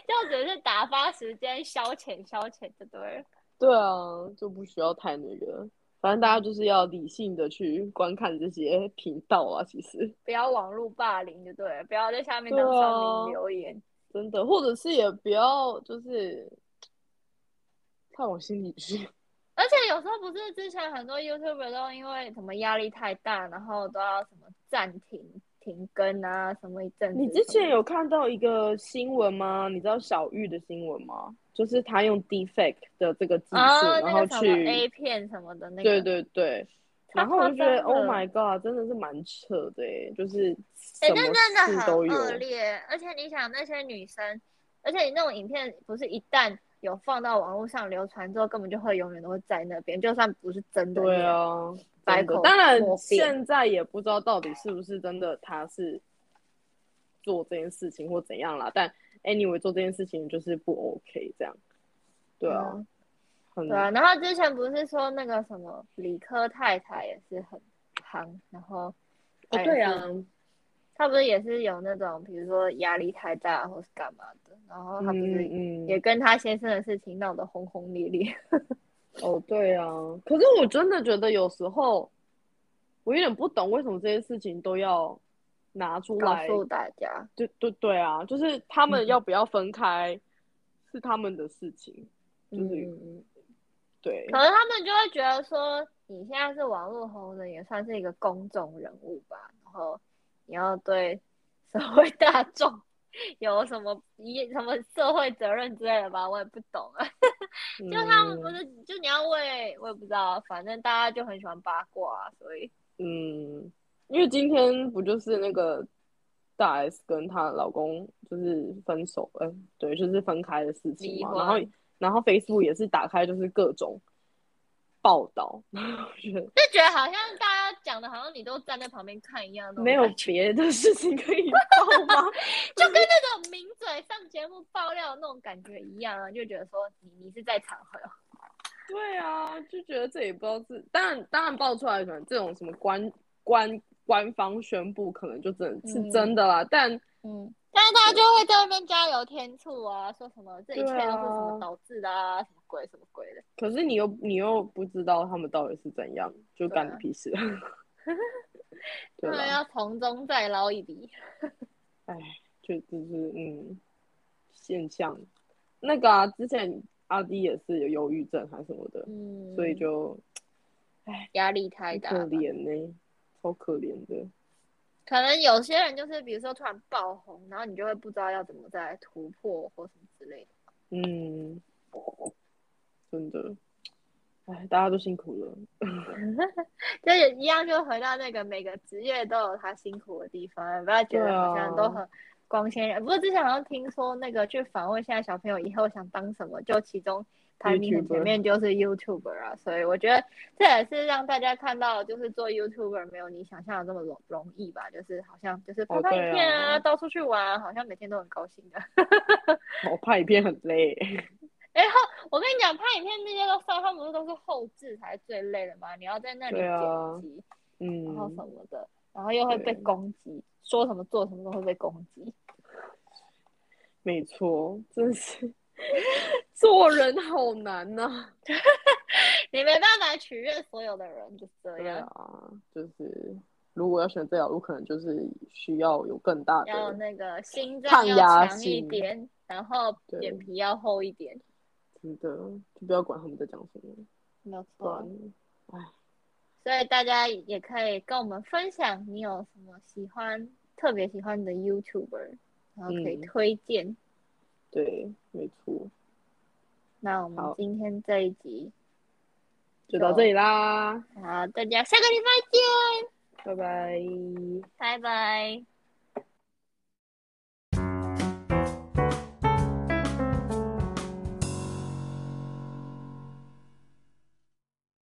B: 就只是打发时间、消遣消遣就对了。
A: 对啊，就不需要太那个，反正大家就是要理性的去观看这些频道啊，其实
B: 不要网络霸凌就对了，不要在下面当
A: 对啊
B: 酸民留言。
A: 真的，或者是也不要就是太往心里去。
B: 而且有时候不是之前很多 YouTuber 都因为什么压力太大，然后都要什么暂停停更啊，什么一阵子。
A: 你之前有看到一个新闻吗？你知道小玉的新闻吗？就是他用 defect 的这个技术，
B: 啊、
A: 然
B: 那
A: 后
B: 个什么
A: 去，
B: A 片什么的那个，
A: 对对对，
B: 超
A: 然后我就觉得
B: 夸张的
A: Oh my God，真的是蛮扯的耶，就是
B: 哎、
A: 什
B: 那
A: 么
B: 真的
A: 事都
B: 很
A: 有，
B: 恶劣。而且你想那些女生，而且你那种影片不是一旦有放到网络上流传之后，根本就会永远都会在那边，就算不是真的。
A: 对，啊，
B: 百
A: 真的
B: 口
A: 当然
B: 莫辩
A: 现在也不知道到底是不是真的他是做这件事情或怎样啦，但 anyway 做这件事情就是不 OK 这样，对啊，
B: 嗯
A: 很
B: 对啊。然后之前不是说那个什么理科太太也是很夯，然
A: 哦
B: 后哎她
A: 啊
B: 也是他不是也是有那种，比如说压力太大或是干嘛的，然后他不是
A: 嗯嗯
B: 也跟他先生的事情闹得轰轰烈烈。
A: 哦，对啊，可是我真的觉得有时候我有点不懂为什么这些事情都要拿出
B: 告
A: 来，
B: 诉大家，
A: 对对对啊，就是他们
B: 嗯
A: 要不要分开是他们的事情，就是
B: 嗯，
A: 对，
B: 可能他们就会觉得说，你现在是网络红人，也算是一个公众人物吧，然后你要对社会大众 有什么一什么社会责任之类的吧，我也不懂啊。就他们不
A: 嗯
B: 是，就你要为，我也不知道，反正大家就很喜欢八卦、啊所以
A: 嗯，因为今天不就是那个大 S 跟她老公就是分手，嗯、对，就是分开的事情
B: 离
A: 嘛。
B: 婚
A: 然后，然后 Facebook 也是打开就是各种报道， 然后我觉得
B: 就觉得好像大家讲的，好像你都站在旁边看一样那种
A: 没有
B: 感觉
A: 别的事情可以报吗？
B: 就跟那种名嘴上节目爆料那种感觉一样啊，就觉得说你你是在场合，
A: 对啊，就觉得这也不知道是，当然当然爆出来可能这种什么官官官方宣布，可能就真的是
B: 嗯
A: 真的啦，但。
B: 嗯，但是大家就会在那边加油添醋啊，说什么这一切都是
A: 对啊
B: 什么导致的啊，什么鬼什么鬼的，
A: 可是你又你又不知道他们到底是怎样，就干
B: 对
A: 你
B: 啊
A: 屁事。 对啊
B: 他们
A: 啦，
B: 要从中再捞一笔。
A: 哎，就就是嗯，现象。那个啊，之前阿迪也是有忧郁症还是什么的，
B: 嗯，
A: 所以就
B: 压力太大
A: 可
B: 了。
A: 怜呢、超可怜的。
B: 可能有些人就是，比如说突然爆红，然后你就会不知道要怎么再突破或什么之类的。
A: 嗯，真的，哎，大家都辛苦了。
B: 这也一样，就回到那个每个职业都有他辛苦的地方，不要觉得好像都
A: 啊
B: 很光鲜人。不过之前好像听说那个去访问现在小朋友以后想当什么，就其中排名很前面就是 YouTuber 啊，所以我觉得这也是让大家看到，就是做 YouTuber 没有你想象的这么容容易吧，就是好像就是拍
A: 哦
B: 拍
A: 对啊
B: 影片啊，到处去玩，好像每天都很高兴的。
A: 我拍影片很累，
B: 然后我跟你讲，拍影片那些都算，他们不是都是后置才是最累的吗？你要在那里
A: 对
B: 剪
A: 啊
B: 辑。然后
A: 嗯
B: 什，么的，然后又会被
A: 对
B: 攻击，说什么做什么都会被攻击。
A: 没错，真是 做人好难呐、
B: 你没办法取悦所有的人，就是这
A: 对
B: 样。
A: 啊，就是如果要选这条路，可能就是需要有更大
B: 要有
A: 的
B: 那个心
A: 抗
B: 脏要
A: 压
B: 强一
A: 性
B: 点，然后
A: 对
B: 脸皮要厚一点，
A: 真的，就不要管他们在讲什么，啊
B: 没有
A: 不然
B: 错。所以大家也可以跟我们分享你有什么喜欢、特别喜欢的 YouTuber，然后可以
A: 嗯
B: 推荐。
A: 对，没错，
B: 那我们
A: 好
B: 今天这一集，
A: 就到这里啦，
B: 好，大家下个礼拜见，
A: 拜拜。
B: 拜拜。